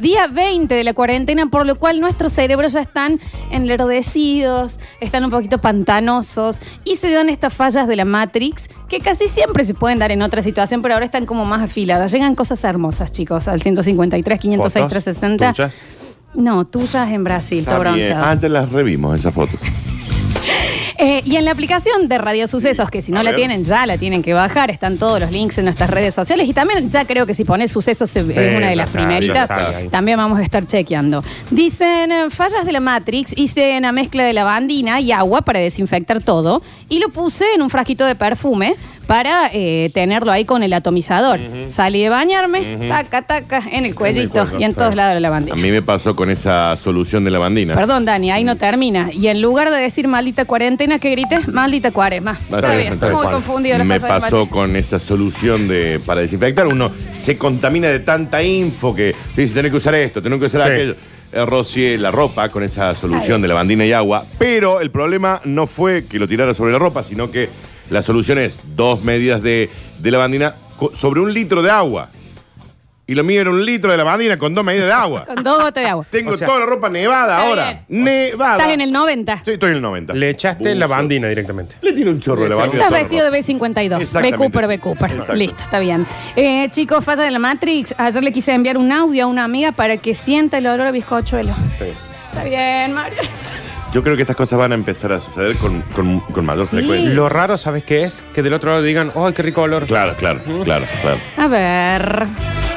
día 20 de la cuarentena, por lo cual nuestros cerebros ya están enlerdecidos, están un poquito pantanosos y se dan estas fallas de la Matrix que casi siempre se pueden dar en otra situación, pero ahora están como más afiladas. Llegan cosas hermosas, chicos, al 153, 506, ¿Fotos 360. tuyas? No, tuyas en Brasil, todo Está bien. bronceado. Ah, ya las revimos esas fotos. Eh, y en la aplicación de Radio Sucesos, que si no A la ver. tienen, ya la tienen que bajar. Están todos los links en nuestras redes sociales. Y también ya creo que si pones Sucesos se- es Sí, una de ya las está, primeritas. ya está. También vamos a estar chequeando. Dicen eh, fallas de la Matrix. Hice una mezcla de lavandina y agua para desinfectar todo. Y lo puse en un frasquito de perfume para eh, tenerlo ahí con el atomizador. Salí de bañarme, taca, taca, en el cuellito cuello, y en sí. todos lados de la A bandina. mí me pasó con esa solución de la bandina. Perdón, Dani, ahí Mm. no termina. Y en lugar de decir maldita cuarentena, que grites maldita cuaresma. Ah, Está bien, está bien. muy confundido. las Me cosas de pasó Mati. con esa solución de para desinfectar. Uno se contamina de tanta info que dice, tenés que usar esto, tenés que usar Sí. aquello. Eh, Rocié la ropa con esa solución Ay. de lavandina y agua. Pero el problema no fue que lo tirara sobre la ropa, sino que la solución es dos medidas de, de lavandina co- sobre un litro de agua. Y lo mío era un litro de lavandina con dos medidas de agua. Con dos gotas de agua. Tengo O sea, toda la ropa nevada está ahora. Nevada. Estás en el 90. Sí, estoy en el 90. Le echaste Buzo. la bandina directamente. Le tiré un chorro de lavandina. Estás toda la vestido de ropa. B52. B Exactamente. Cooper, B Cooper. Exacto. Listo, está bien. Eh, chicos, falla de la Matrix. Ayer le quise enviar un audio a una amiga para que sienta el olor a bizcochuelo. Sí. Está bien, Mario. Yo creo que estas cosas van a empezar a suceder con, con- con mayor Sí. frecuencia. Lo raro, ¿sabes qué es? Que del otro lado digan, ¡ay, qué rico olor! Claro, claro, claro, claro. A ver.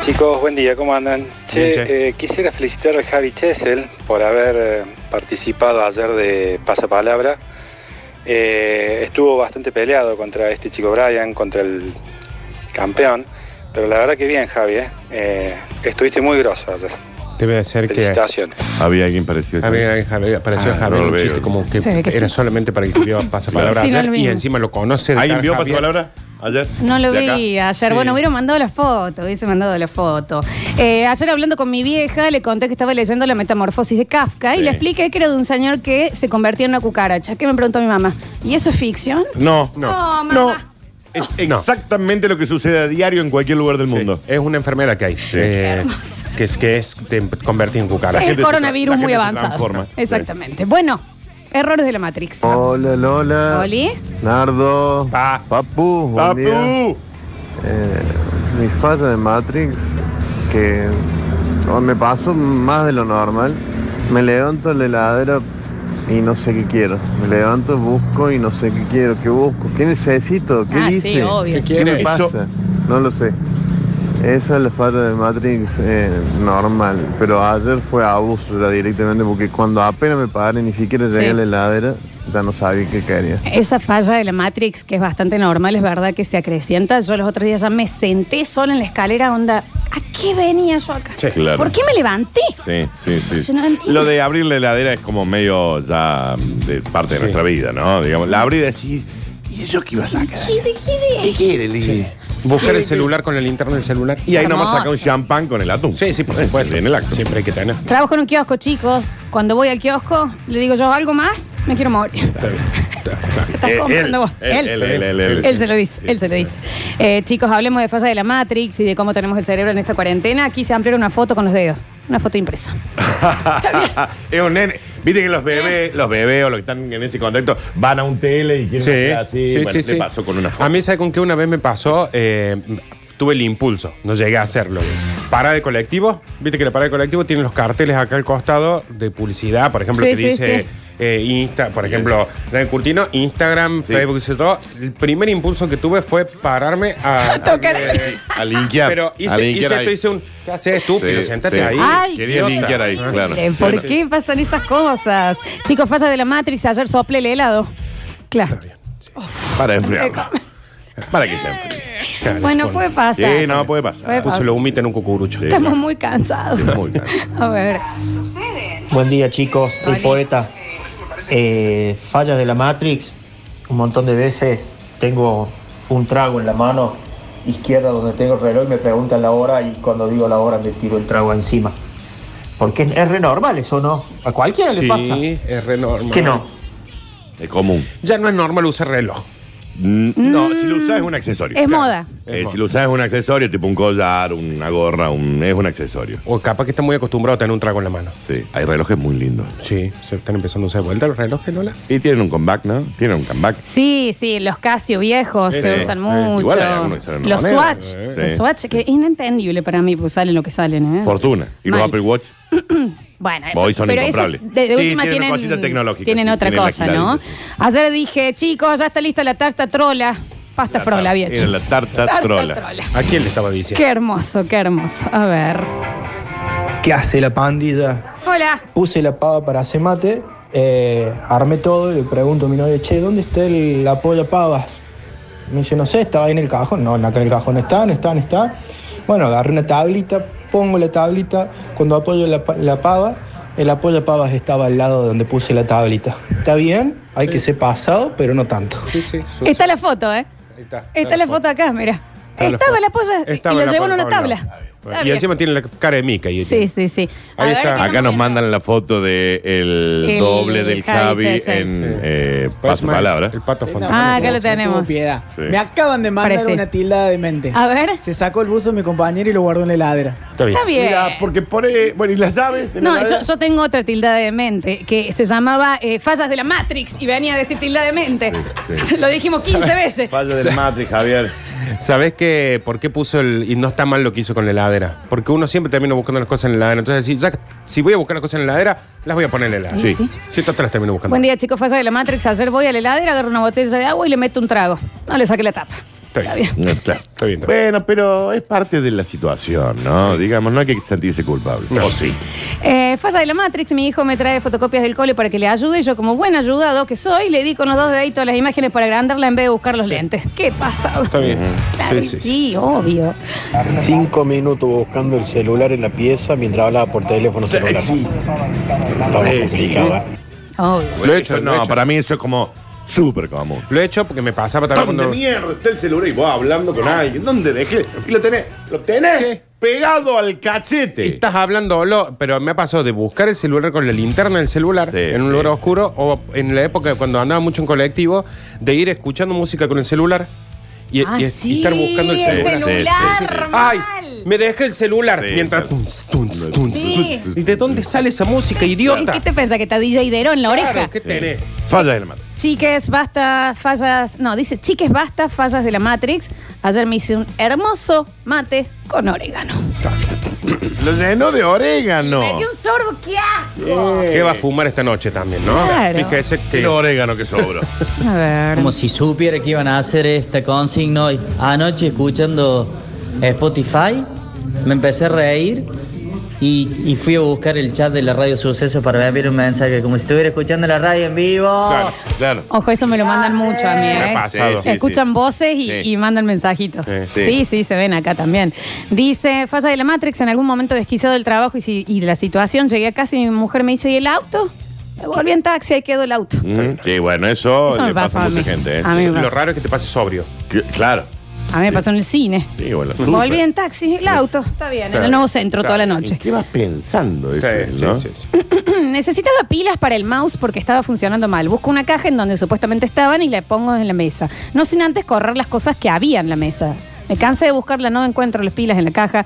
Chicos, buen día, ¿cómo andan? Che, Bien, che. eh, quisiera felicitar a Javi Chesel por haber eh, participado ayer de Pasapalabra. Eh, estuvo bastante peleado contra este chico Brian, contra el campeón, pero la verdad que bien, Javi, ¿eh? Eh, estuviste muy grosso ayer. Debe de ser que... Felicitaciones. Había alguien parecido. A ver, Javier, apareció Ah, Javier no lo un veo. chiste como que, Se ve que era sí. solamente para que vio pasapalabra Sí, no ayer lo y vimos. encima lo conoce. de ¿Alguien tal vio Javier. pasapalabra ayer? No lo ¿De vi acá? ayer. Bueno, hubiera mandado la foto, hubiese mandado la foto. Eh, ayer hablando con mi vieja, le conté que estaba leyendo la metamorfosis de Kafka y Sí. le expliqué que era de un señor que se convertía en una cucaracha. ¿Qué me preguntó mi mamá? ¿Y eso es ficción? No, No, mamá. Es No. exactamente lo que sucede a diario en cualquier lugar del Sí, mundo. Es una enfermedad que hay. eh, que es que es te convertir en cucaracha. Es el gente se coronavirus tra- la muy gente se avanzado. transforma. Exactamente. Bueno, errores de la Matrix. Hola Lola. Oli. Nardo. Pa. Papu. buen día. ¡Papu! Eh, mi falla de Matrix, que oh, me pasó más de lo normal. Me levanto en la heladera y no sé qué quiero. Me levanto, busco y no sé qué quiero, qué busco, qué necesito, qué Ah, dice, sí, obvio. ¿Qué qué quiere? me pasa. No lo sé. Esa es la falla de Matrix eh, normal, pero ayer fue abuso ya directamente porque cuando apenas me paré ni siquiera llegué Sí. a la heladera, ya no sabía qué quería. Esa falla de la Matrix, que es bastante normal, es verdad que se acrecienta. Yo los otros días ya me senté sola en la escalera, onda. ¿A qué venía yo acá? Sí, claro. ¿Por qué me levanté? Sí, sí, sí. Se no entiende. Lo de abrir la heladera es como medio ya mm, de parte de Sí. nuestra vida, ¿no? Digamos, la abrí y decir, ¿y yo qué iba a sacar? ¿Qué- de- qué de- ¿Qué quiere, Lili? Buscar el celular con el linterna del celular. Y ahí nomás Hermoso. saca un champán con el atún. Sí, sí, por Es supuesto. En el acto. Siempre hay que tener. Trabajo en un kiosco, chicos. Cuando voy al kiosco, le digo yo algo más, me quiero morir. Está bien, está- está bien. Estás Eh, comprando vos. él, él, él, él, él. Él se lo dice, él se lo dice. Eh, chicos, hablemos de falla de la Matrix y de cómo tenemos el cerebro en esta cuarentena. Aquí se amplió una foto con los dedos. Una foto impresa. es un nene. Viste que los bebés, los bebés o los que están en ese contacto van a un tele y quieren Sí, hacer así. sí, bueno, sí, le sí. pasó con una foto. A mí, ¿sabes con qué una vez me pasó? Eh, tuve el impulso, no llegué a hacerlo. Para de colectivo, viste que la parada de colectivo tiene los carteles acá al costado de publicidad, por ejemplo, Sí, que sí, dice sí. eh, Insta, por ejemplo, Daniel Curtino, Instagram, Sí. Facebook y todo. El primer impulso que tuve fue pararme a. A tocar. eh, a linkear. Pero a hice, linkear hice ahí. esto, hice un. ¿Qué haces, estúpido? Sí, Séntate sí. ahí. Ay, Quería idiota. linkear ahí, Ah, claro. Horrible, Eh, ¿Por qué pasan esas cosas? Chicos, falla de la Matrix. Ayer sople el helado. Claro. Para enfriarlo. Para que se enfríe. Claro, Bueno, con- puede pasar. Sí, no, puede pasar. Puede Puso lo humita en un cucurucho. Estamos muy cansados. Muy bien. A ver. Buen día chicos, Oli. el poeta. Eh, fallas de la Matrix, un montón de veces tengo un trago en la mano izquierda donde tengo el reloj y me preguntan la hora y cuando digo la hora me tiro el trago encima. Porque es, es re normal eso, ¿no? A cualquiera le pasa. Sí, es re normal. Que no. Es común. Ya no es normal usar reloj. Mm, No, si lo usás es un accesorio. Es moda. Eh, si lo usás es un accesorio, tipo un collar, una gorra, un, es un accesorio. O capaz que está muy acostumbrado a tener un trago en la mano. Sí, hay relojes muy lindos. Sí, se están empezando a usar de vuelta los relojes, Lola. Y tienen un comeback, ¿no? Tienen un comeback. Sí, sí, los Casio viejos Sí, se sí. usan Eh, mucho. igual hay algunos que salen los moneda, Swatch, eh. los Sí. Swatch, que es inentendible para mí, pues salen lo que salen, ¿eh? Fortuna. Y Mal. los Apple Watch. Bueno, eh, Hoy son pero incomprables. eso, de, de Sí, última tienen tienen, cositas tecnológicas, tienen sí, otra tienen la cosa, giladita. ¿no? Ayer dije, chicos, ya está lista la tarta trola. Pasta frola, bien. Ah, Era la tarta, trola. ¿A quién le estaba diciendo? Qué hermoso, qué hermoso. A ver. ¿Qué hace la pandilla? Hola. Puse la pava para hacer mate, eh, armé todo y le pregunto a mi novia, che, ¿dónde está el, la polla pavas? Me dice, no sé, estaba ahí en el cajón. No, no, acá en el cajón no está, no está, no está. Bueno, agarré una tablita, pongo la tablita, cuando apoyo la, pa- la pava, el apoyo pavas estaba al lado de donde puse la tablita. Está bien, hay que ser pasado, pero no tanto. Sí, sí, su- Está la foto, ¿eh? ahí está. Está la foto acá, mira. Está la Estaba foto. la polla y Estaba lo la llevó en una polla, Pablo. tabla. Está Está bien. Y bien. encima tiene la cara de mica. Y Sí, sí, sí. A Ahí ver, está. ¿qué Acá nos viendo? mandan la foto de el, El doble del Javi Javi, Chesel. en Sí. eh, Parece más Pasapalabra. El pato No, fontana. Ah, no acá lo tuvo- no tenemos. tuvo piedad. Sí. Me acaban de mandar Parece. una tilda de mente. A ver. Se sacó el buzo de mi compañero y lo guardó en la heladera. Está bien. Está bien. Mira, porque pone. Bueno, y las llaves. en No, la yo, heladera? yo tengo otra tilda de mente que se llamaba eh, Fallas de la Matrix y venía a decir tilda de mente. Sí, sí. Lo dijimos 15 veces. Falla del mate, Javier. ¿Sabés qué? ¿Por qué puso el.? Y no está mal lo que hizo con la heladera. Porque uno siempre termina buscando las cosas en la heladera. Entonces, si, ya, si voy a buscar las cosas en la heladera, las voy a poner en la heladera. Sí, sí. sí. total, las termino buscando. Buen día, chicos. Fallas de la Matrix. Ayer voy a la heladera, agarro una botella de agua y le meto un trago. No le saqué la tapa. Está bien. No, claro. Está bien, está bien. Bueno, pero es parte de la situación, ¿no? Digamos, no hay que sentirse culpable. No. O sí. Eh, falla de la Matrix, mi hijo me trae fotocopias del cole para que le ayude y yo como buen ayudado que soy, le di con los dos deditos las imágenes para agrandarla en vez de buscar los lentes. ¿Qué pasado? Está bien. Claro, Sí, sí, sí, obvio. Cinco minutos buscando el celular en la pieza mientras hablaba por teléfono celular. Estamos Eh, sí. complicados, ¿eh? Obvio. Lo he Eso hecho, lo he no, hecho. para mí eso es como súper común. Lo he hecho porque me pasaba también ¿Dónde cuando. mierda está el celular y vos hablando con alguien? ¿Dónde dejé? Y lo tenés, lo tenés Sí. pegado al cachete. Y Estás hablando, lo- pero me ha pasado de buscar el celular con la linterna del celular Sí, en un sí. lugar oscuro o en la época cuando andaba mucho en colectivo, de ir escuchando música con el celular y, Ah, y- y sí, estar buscando el celular. celular, Sí, sí, sí, mal. sí. ¡Ay! Me dejé el celular Sí, mientras. claro. tunz, tunz, tunz, Sí. tunz. ¿Y de dónde sale esa música, ¿Qué, idiota? qué te pensás que está DJ Dero en la Claro, oreja? ¿Qué tenés? Falla del mate. Chiques, basta, fallas. No, dice chiques, basta, fallas de la Matrix. Ayer me hice un hermoso mate con orégano. Lo llenó de orégano. Me di un sorbo, ¿qué asco? Eh, ¿Qué va a fumar esta noche también, no? Claro. Fíjese que. El orégano que sobró. A ver. Como si supiera que iban a hacer esta consigna hoy. Anoche escuchando Spotify, me empecé a reír y, y fui a buscar el chat de la radio Suceso para ver un mensaje, como si estuviera escuchando la radio en vivo. claro, claro. Ojo, eso me lo mandan mucho a mí, Me ha Oh. ¿eh? pasado. Sí, sí, Escuchan voces y, Sí. y mandan mensajitos. Sí Sí, sí. sí. se ven acá también. Dice, falla de la Matrix, en algún momento desquiciado del trabajo y, si- y de la situación, llegué a casa y mi mujer me dice, ¿y el auto? Me volví en taxi, ahí quedó el auto. Mm, sí, bueno, eso, Eso me le pasó pasa a a mucha mí. gente. ¿eh? A mí me Lo pasa. raro es que te pase sobrio. Que- Claro. A mí me pasó en el cine. Sí, bueno. Volví en taxi, el auto, está bien, en Claro, el nuevo centro claro. toda la ¿En noche. ¿Qué vas pensando? Sí, Ese, sí, no? sí, sí. Necesitaba pilas para el mouse porque estaba funcionando mal. Busco una caja en donde supuestamente estaban y la pongo en la mesa. No sin antes correr las cosas que había en la mesa. Me cansé de buscarla, no encuentro las pilas en la caja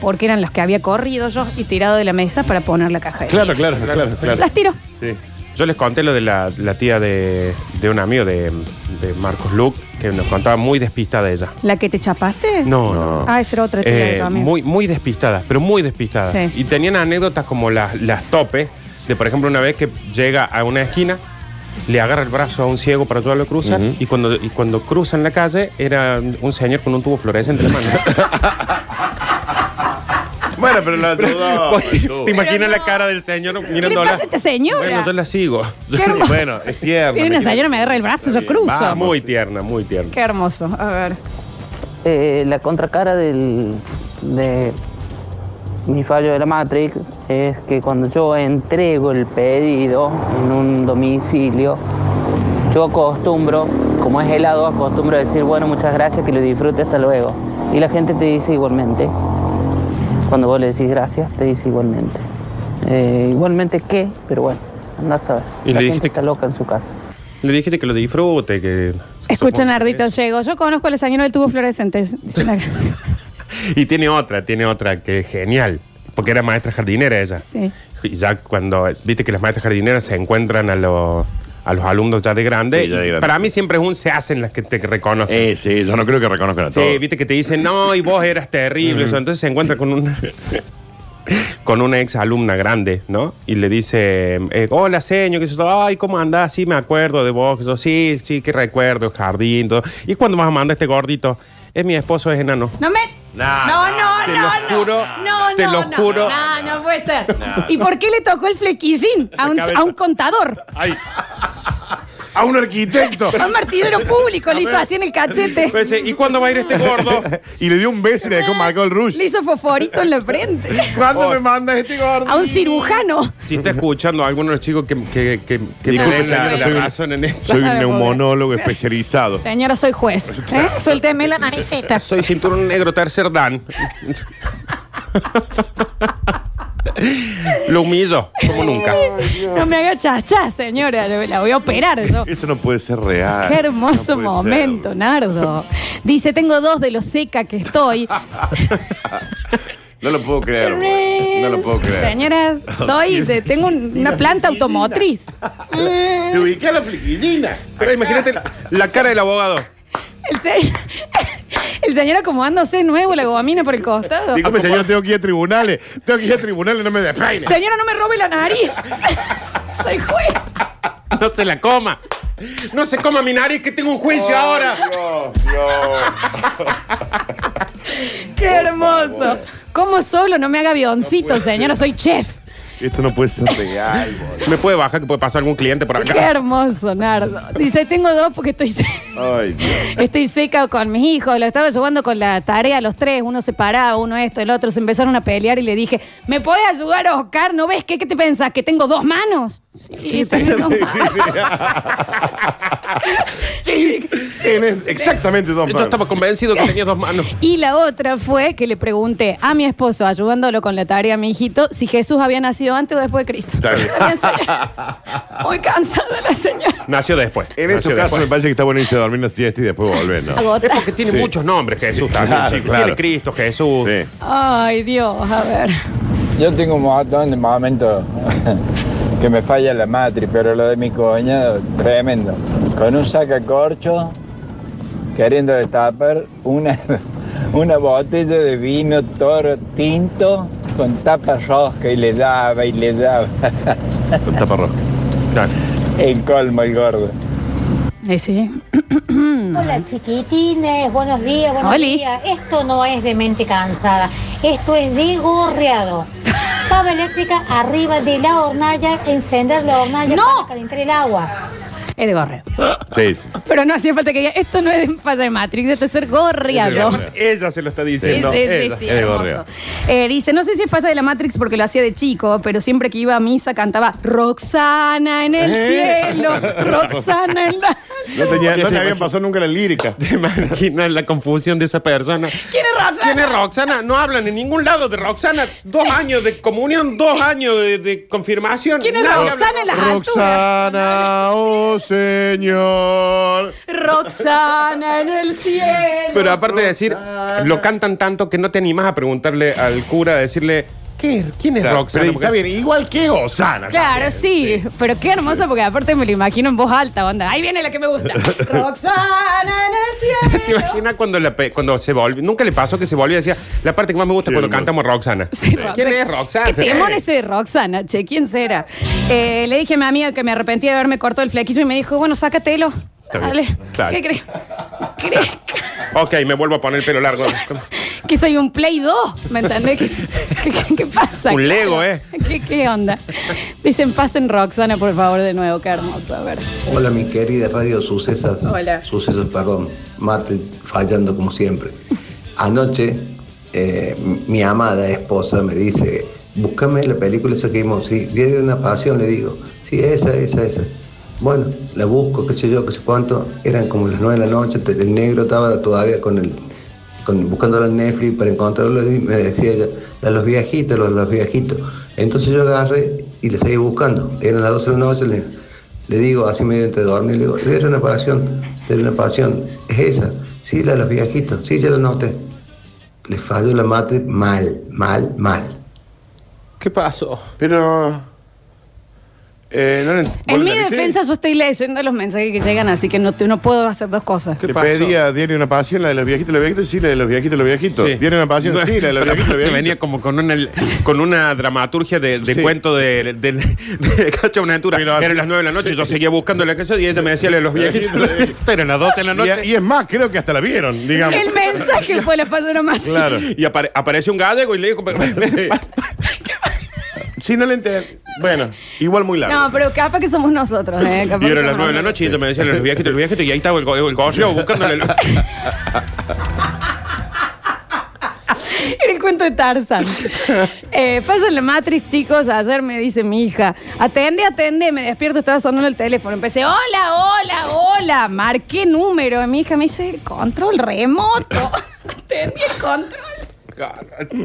porque eran las que había corrido yo y tirado de la mesa para poner la caja. de Claro, pilas. claro, claro, claro. Las tiro. Sí. Yo les conté lo de la, la tía de, de un amigo de, de Marcos Luke, que nos contaba muy despistada ella. ¿La que te chapaste? No, no. No. Ah, esa era otra tía Eh, también. muy, muy despistada, pero muy despistada. Sí. Y tenían anécdotas como las, las tope, de por ejemplo una vez que llega a una esquina, le agarra el brazo a un ciego para ayudarlo a cruzar, Ujú. y, cuando, y cuando cruzan la calle era un señor con un tubo fluorescente en la mano. Bueno, pero la Vos Pues, ¿Te, te dudo. imaginas no. Pues, la cara del señor ¿Qué le mirándola? pasa a esta señora? Bueno, yo la sigo. Qué hermoso. Bueno, es tierno. Viene una señora, me agarra el brazo, yo cruzo. Ah, muy tierna, muy tierna. Qué hermoso. A ver. Eh, la contracara del, de mi fallo de la Matrix es que cuando yo entrego el pedido en un domicilio, yo acostumbro, como es helado, acostumbro a decir, bueno, muchas gracias, que lo disfrute, hasta luego. Y la gente te dice igualmente. Cuando vos le decís gracias, te dice igualmente. Eh, igualmente qué, pero bueno, anda a saber. Y la le gente dijiste está loca en su casa. Le dijiste que lo disfrute, que Escucha, supongo que Nardito, es. llego. Yo conozco el desayuno del tubo fluorescente. dicen acá. Y tiene otra, tiene otra que es genial, porque era maestra jardinera ella. Sí. Y ya cuando, es- viste que las maestras jardineras se encuentran a los, a los alumnos ya de grande, Sí, ya de grande. para mí siempre es un se hacen las que te reconocen. Eh, sí, yo no creo que reconozcan a Sí, todos. viste que te dicen, no, y vos eras terrible. eso. Entonces se encuentra con una, con una ex alumna grande, ¿no? Y le dice, eh, hola, señor, que eso, todo. ay, ¿cómo andás? Sí, me acuerdo de vos, que eso, sí, sí, que recuerdo, jardín, todo. ¿Y cuándo vas a mandar este gordito? Es mi esposo, es enano. No me. No, no, no, no, te no, lo no. juro, No, te no, lo no. juro. No, no puede ser. ¿Y por qué le tocó el flequillín a un, cabeza. a un contador? Ay. A un arquitecto. A un martillero público le hizo así en el cachete. Pues, eh, ¿Y cuándo va a ir este gordo? y le dio un beso y le dejó marcado el rush. Le hizo foforito en la frente. ¿Cuándo Oh. me mandas este gordo? A un cirujano. Si está escuchando a alguno de los chicos que, que, que, que Disculpe, me den la, señor, la soy un- razón en esto. Soy Ya un sabe, neumonólogo especializado. Señora, soy juez. ¿eh? Suélteme la naricita. Soy cinturón negro tercer dan. Lo humillo, como nunca. No me haga chachá, señora. La voy a operar yo. Eso no puede ser real. Ah, Qué hermoso No puede momento, ser. Nardo. Dice, tengo dos de lo seca que estoy. No lo puedo creer. güey. No lo puedo creer. Señoras, soy de, tengo un- una planta automotriz. Te ubiqué a la fliquillina. Pero imagínate la, la cara del abogado. El, se- el señor acomodándose de nuevo la gomina por el costado. Dígame, señor, tengo que ir a tribunales. Tengo que ir a tribunales, no me despeine. Señora, no me robe la nariz. Soy juez. No se la coma. No se coma mi nariz que tengo un juicio ahora. Dios, Dios. Qué hermoso. Como solo, no me haga avioncito, señora, soy chef. Esto no puede ser real, güey. Me puede bajar que puede pasar algún cliente por Qué acá. hermoso, Nardo. Dice, tengo dos porque estoy se- Ay, Dios. Estoy seca con mis hijos, lo estaba llevando con la tarea los tres, uno separado, uno esto, el otro, se empezaron a pelear y le dije, ¿me podés ayudar, Oscar? ¿No ves qué? ¿Qué te pensás? ¿Que tengo dos manos? Sí, tenés dos manos. Sí. Tienes exactamente dos Yo manos. estaba convencido que tenía dos manos. Y la otra fue que le pregunté a mi esposo, ayudándolo con la tarea a mi hijito, si Jesús había nacido antes o después de Cristo. Está bien. La señora- Muy cansada la señora. Nació después. En Nació esos casos después. me parece que está bueno irse a dormir una siesta y después volver, ¿no? Agota. Porque tiene Sí. muchos nombres Jesús también, claro, chicos. claro. Tiene Cristo, Uh, Jesús. Sí. Ay, Dios, a ver. Yo tengo un montón de momentos que me falla la matriz, pero lo de mi coñado, tremendo. Con un sacacorcho, queriendo destapar una, una botella de vino toro tinto con tapa rosca y le daba y le daba. Con taparrosca. Claro. El colmo, el gordo. Eh, sí. Hola chiquitines, buenos días, buenos Oli. días. Esto no es de mente cansada, esto es de gorreado. Pava eléctrica arriba de la hornalla, encender la hornalla ¡No! para calentar el agua. Es de gorreo. Sí, sí. Pero no hacía falta que diga, esto no es de falla de Matrix, esto es ser gorriado. Es de gorriado. Ella se lo está Sí, diciendo. sí, sí, Ella. sí, es de hermoso. gorriado. Eh, dice, no sé si es falla de la Matrix porque lo hacía de chico, pero siempre que iba a misa cantaba Roxana en el Eh. cielo, Roxana en la... No, tenía, no te habían pasado nunca la lírica. ¿Te imaginas la confusión de esa persona? ¿Quién es Roxana? ¿Quién es Roxana? No hablan en ningún lado de Roxana. Dos años de comunión, dos años de, de confirmación. ¿Quién es Nadie Roxana en las Roxana, oh señor. alturas? Roxana en el cielo. Pero aparte de decir, lo cantan tanto que no te animas a preguntarle al cura, a decirle, ¿qué, ¿quién es Claro, Roxana? pero Porque está bien, igual que Osana. Claro, sí, pero qué hermoso porque aparte me lo imagino en voz alta, onda. Ahí viene la que me gusta. Roxana en el ¿Te cielo. imaginas cuando, la pe- cuando se volvió? Nunca le pasó que se volvió y decía, la parte que más me gusta es Sí, cuando hermoso. cantamos Roxana. Sí, Roxana. ¿Quién es Roxana? ¿Qué temón ese de Roxana, che? ¿Quién será? Eh, le dije a mi amiga que me arrepentía de haberme cortado el flequillo y me dijo, bueno, sácatelo. Está bien, Dale. claro. ¿Qué crees? ¿Crees Ok, me vuelvo a poner el pelo largo. que soy un Play 2? ¿Me entendés? ¿Qué, qué- qué- qué pasa? Un Lego, ¿eh? ¿Qué, qué onda? Dicen, pasen Roxana, por favor, de nuevo. Qué hermoso. A ver. Hola mi querida Radio Sucesas. Hola. Sucesos, perdón. Mate fallando como siempre. Anoche eh, mi amada esposa me dice, búscame la película esa que vimos. Sí, Diario de una pasión, le digo. Sí, esa, esa, esa. Bueno, la busco, qué sé yo, qué sé cuánto. Eran como las nueve de la noche, te- el negro estaba todavía con el... Con, buscándolo en Netflix para encontrarlo y me decía ella, "La de los viajitos, los, los viajitos. Entonces yo agarré y le seguí buscando. Eran las 12 de la noche, le, Le digo así medio entre dormir, le digo, era una pasión, era una pasión, es esa. Sí, la de los viajitos, sí, ya lo noté. Le falló la matriz mal, mal, mal. ¿Qué pasó? Pero. Eh, no lo ent- ¿Vos En lo mi entendiste? defensa yo estoy leyendo los mensajes que llegan, así que no, te- no puedo hacer dos cosas. Te pedía a diario una pasión, la de los viejitos, los viejitos, sí, la de los viejitos, los viejitos. Sí. Diario una pasión, No, sí, la de los pero viejitos, los aparte viejitos. venía como con una, con una dramaturgia de, de Sí. cuento de, de, de Cacha Buenaventura. Eran las 9 de la noche, yo seguía buscando la casa y ella me decía la de los viejitos. Eran las 12 de la noche. Y, y es más, creo que hasta la vieron, digamos. El mensaje fue la falla de la matriz. Claro. Y apare- aparece un gallego y le digo, Sí, no le entiendo. Bueno, igual muy largo. No, pero capaz que somos nosotros, ¿eh? Capaz y que eran las somos 9 de la noche y ella me decía la de los viejitos, los viejitos, y ahí estaba el, go- el gorrión buscándole. los- Era el cuento de Tarzan. eh, falla en la Matrix, chicos. Ayer me dice mi hija, atende, atende. Me despierto, estaba sonando el teléfono. Empecé, hola, hola, hola. Marqué número. Y mi hija me dice, control remoto. atendí el control.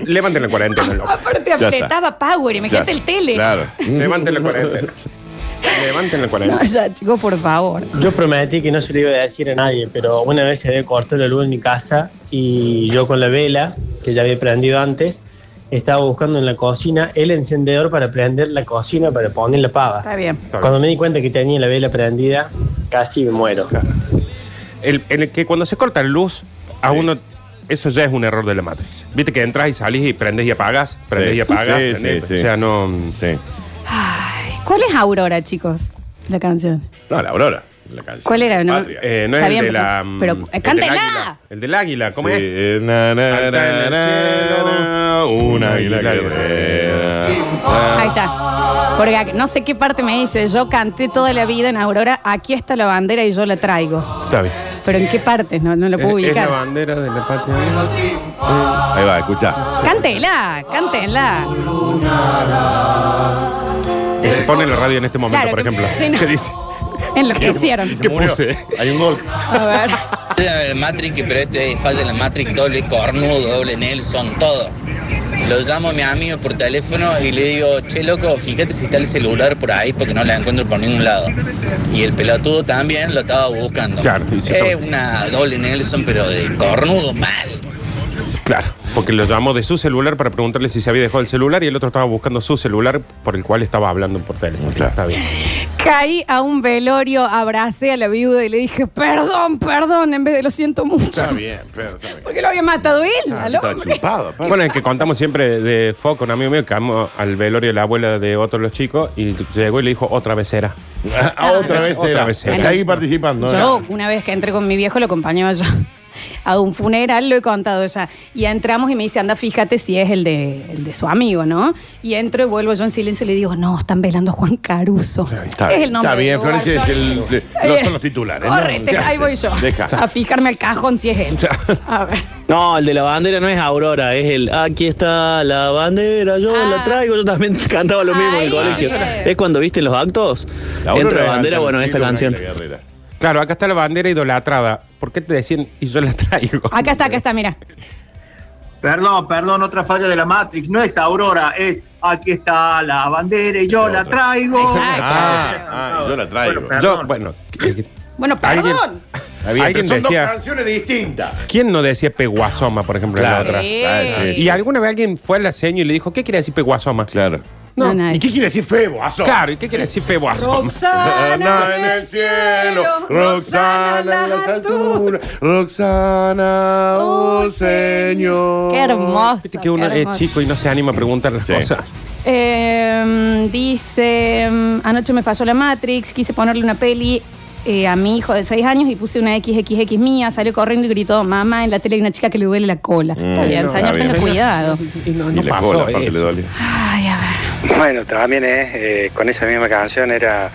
Levanten la cuarentena, loco. Aparte apretaba power. Imagínate el tele. Claro. Levanten la cuarentena. Levanten la cuarentena. No, ya, chicos, por favor. Yo prometí que no se lo iba a decir a nadie, pero una vez se había cortado la luz en mi casa y yo con la vela, que ya había prendido antes, estaba buscando en la cocina el encendedor para prender la cocina para poner la pava. Está bien. Cuando me di cuenta que tenía la vela prendida, casi me muero. el, en el que cuando se corta la luz, a uno. Eso ya es un error de la matriz. Viste que entras y salís y prendes y apagas, prendes Sí. y apagas. Sí, sí, ¿entendés? sí. O sea, no. mm. Sí. Ay, ¿Cuál es Aurora, chicos? La canción. No, la Aurora, la canción. ¿Cuál era? No, Eh, no es Está el bien, de pero- la. mm, pero, eh, el del cántela. águila. El del águila, ¿cómo Sí, es? eh, na, na, Alta en na, el na, una águila Ahí guerrera. está. Porque ac- no sé qué parte me dice, yo canté toda la vida en Aurora, aquí está la bandera y yo la traigo. Está bien. Pero ¿en qué partes? No, no lo puedo es, es la ubicar. bandera de la patria. Eh, Ahí va, escucha. Cántela, cántela. el que pone la radio en este momento, Claro, por que- ejemplo. sí, no. ¿Qué dice? En lo que hicieron. ¿Qué puse? Hay un gol. A ver. La Matrix, pero este es falla de la Matrix, doble cornudo, doble Nelson, todo. Lo llamo a mi amigo por teléfono y le digo, che loco, fíjate si está el celular por ahí porque no la encuentro por ningún lado. Y el pelotudo también lo estaba buscando. Claro, y Eh, se es una doble Nelson, pero de cornudo mal. Claro, porque lo llamó de su celular para preguntarle si se había dejado el celular y el otro estaba buscando su celular por el cual estaba hablando por teléfono. Está bien. Caí a un velorio, abracé a la viuda y le dije, perdón, perdón, en vez de lo siento mucho. Está bien, pero está bien. Porque lo había matado él, Ah, al está hombre. chupado, aparte. Bueno, el que contamos siempre de Foco, un amigo mío, que vamos al velorio de la abuela de otro de los chicos y llegó y le dijo otra vez era. Ah, otra vez Otra era. vez era. Está ahí participando. Yo, una vez que entré con mi viejo, lo acompañaba yo a un funeral, lo he contado ya. Y entramos y me dice, anda, fíjate si es el de, el de su amigo, ¿no? Y entro y vuelvo yo en silencio y le digo, no, están velando a Juan Caruso. Está es bien, el nombre. Está bien, del lugar, Florencia, es el- de- Está no bien. son los titulares. ¿no? Correte, ahí voy yo. Deja. A fijarme al cajón si es él. A ver. No, el de la bandera no es Aurora, es el aquí está la bandera, yo Ah, la traigo, yo también cantaba lo mismo en el colegio. Es cuando viste los actos, Aurora entra la levanta bandera, el bueno, esa siglo, canción. una guerrera. Claro, acá está la bandera idolatrada. ¿Por qué te decían y yo la traigo? Acá está, acá está, mira. Perdón, perdón, otra falla de la Matrix. No es Aurora, es aquí está la bandera y yo la traigo. Ah, ah, yo la traigo. Bueno, yo, bueno, eh, Bueno, Alguien- perdón. Pero alguien son decía- dos canciones distintas. ¿quién no decía peguasoma, por ejemplo, Claro. en la otra? Sí. Claro. Y alguna vez alguien fue a la seño y le dijo, ¿qué quiere decir peguasoma? Claro. No, nadie. ¿Y qué quiere decir feboazo? Claro, ¿y qué quiere decir peguasoma? Roxana en el cielo, Roxana en las alturas, Roxana, oh Señor. Qué hermoso, Viste que uno qué hermoso. es chico y no se anima a preguntar las cosas. Eh, dice, mm, anoche me falló la Matrix, quise ponerle una peli eh, a mi hijo de 6 años y puse una XXX mía, salió corriendo y gritó, mamá, en la tele hay una chica que le duele la cola. Mm, está bien, no, señor, está bien. tenga cuidado. no y la pasó cola, aparte, eso. le dolió. Bueno, también es, eh, con esa misma canción era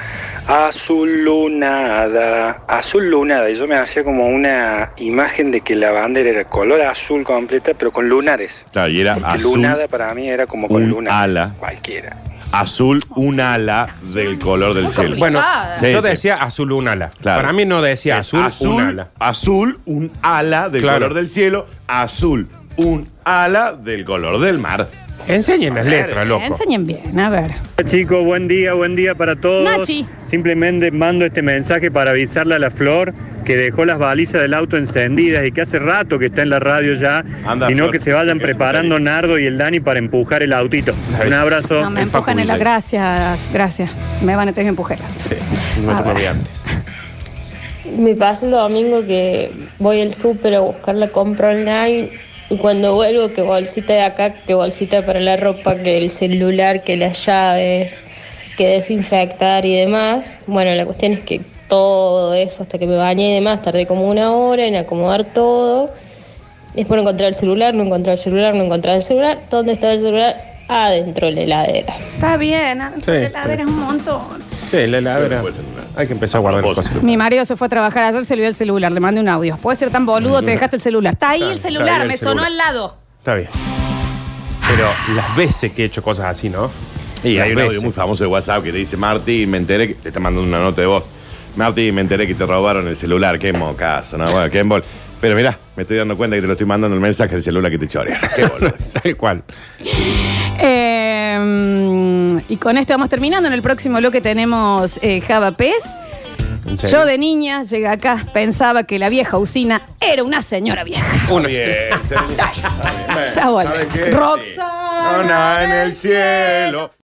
azul lunada, azul lunada, y yo me hacía como una imagen de que la bandera era color azul completa, pero con lunares. Claro, y era Porque azul, lunada para mí era como con un lunares, ala. cualquiera. Azul, un ala del color del cielo. Bueno, Sí, yo sí. decía azul un ala. Claro. Para mí no decía azul, azul, un ala. Azul, un ala del Claro. color del cielo. Azul, un ala del color del mar. Enseñen las letras, loco. Enseñen bien, a ver. Hola, Chicos, buen día, buen día para todos. Nachi. Simplemente mando este mensaje para avisarle a la Flor que dejó las balizas del auto encendidas y que hace rato que está en la radio ya, Anda, sino Flor, que se vayan preparando Nardo y el Dani para empujar el autito. Un abrazo. No, me empujan en la gracias, gracias. Me van a tener que empujar. No A te ver. lo vi antes. Me pasa el domingo que voy al súper a buscar la compra online y cuando vuelvo que bolsita de acá, que bolsita para la ropa, que el celular, que las llaves, que desinfectar y demás. Bueno, la cuestión es que todo eso, hasta que me bañé y demás, tardé como una hora en acomodar todo. Después no encontré el celular, no encontré el celular, no encontré el celular. ¿Dónde estaba el celular? Adentro de la heladera. Está bien, ah, Sí. la heladera es un montón. Sí, la heladera. Hay que empezar a guardar las cosas. Mi marido se fue a trabajar ayer, se le dio el celular, le mandé un audio. Puede ser tan boludo, te dejaste el celular. Está ahí Está, el está celular, ahí el me sonó celular. al lado. Está bien. Pero las veces que he hecho cosas así, ¿no? Y Las hay un audio veces. muy famoso de WhatsApp que te dice, Martín, me enteré que te está mandando una nota de voz. Martín, me enteré que te robaron el celular, qué mocazo, no, bueno, qué embol. Pero mirá, me estoy dando cuenta que te lo estoy mandando el mensaje del celular que te chorearon. Qué boludo. Tal cual. Eh, y con esto vamos terminando. En el próximo bloque tenemos eh, Java Pez. ¿En serio? Yo de niña llegué acá, pensaba que la vieja usina era una señora vieja. Uno Bien, Ya volvemos. ¿Saben qué? Roxana Roxana en el cielo.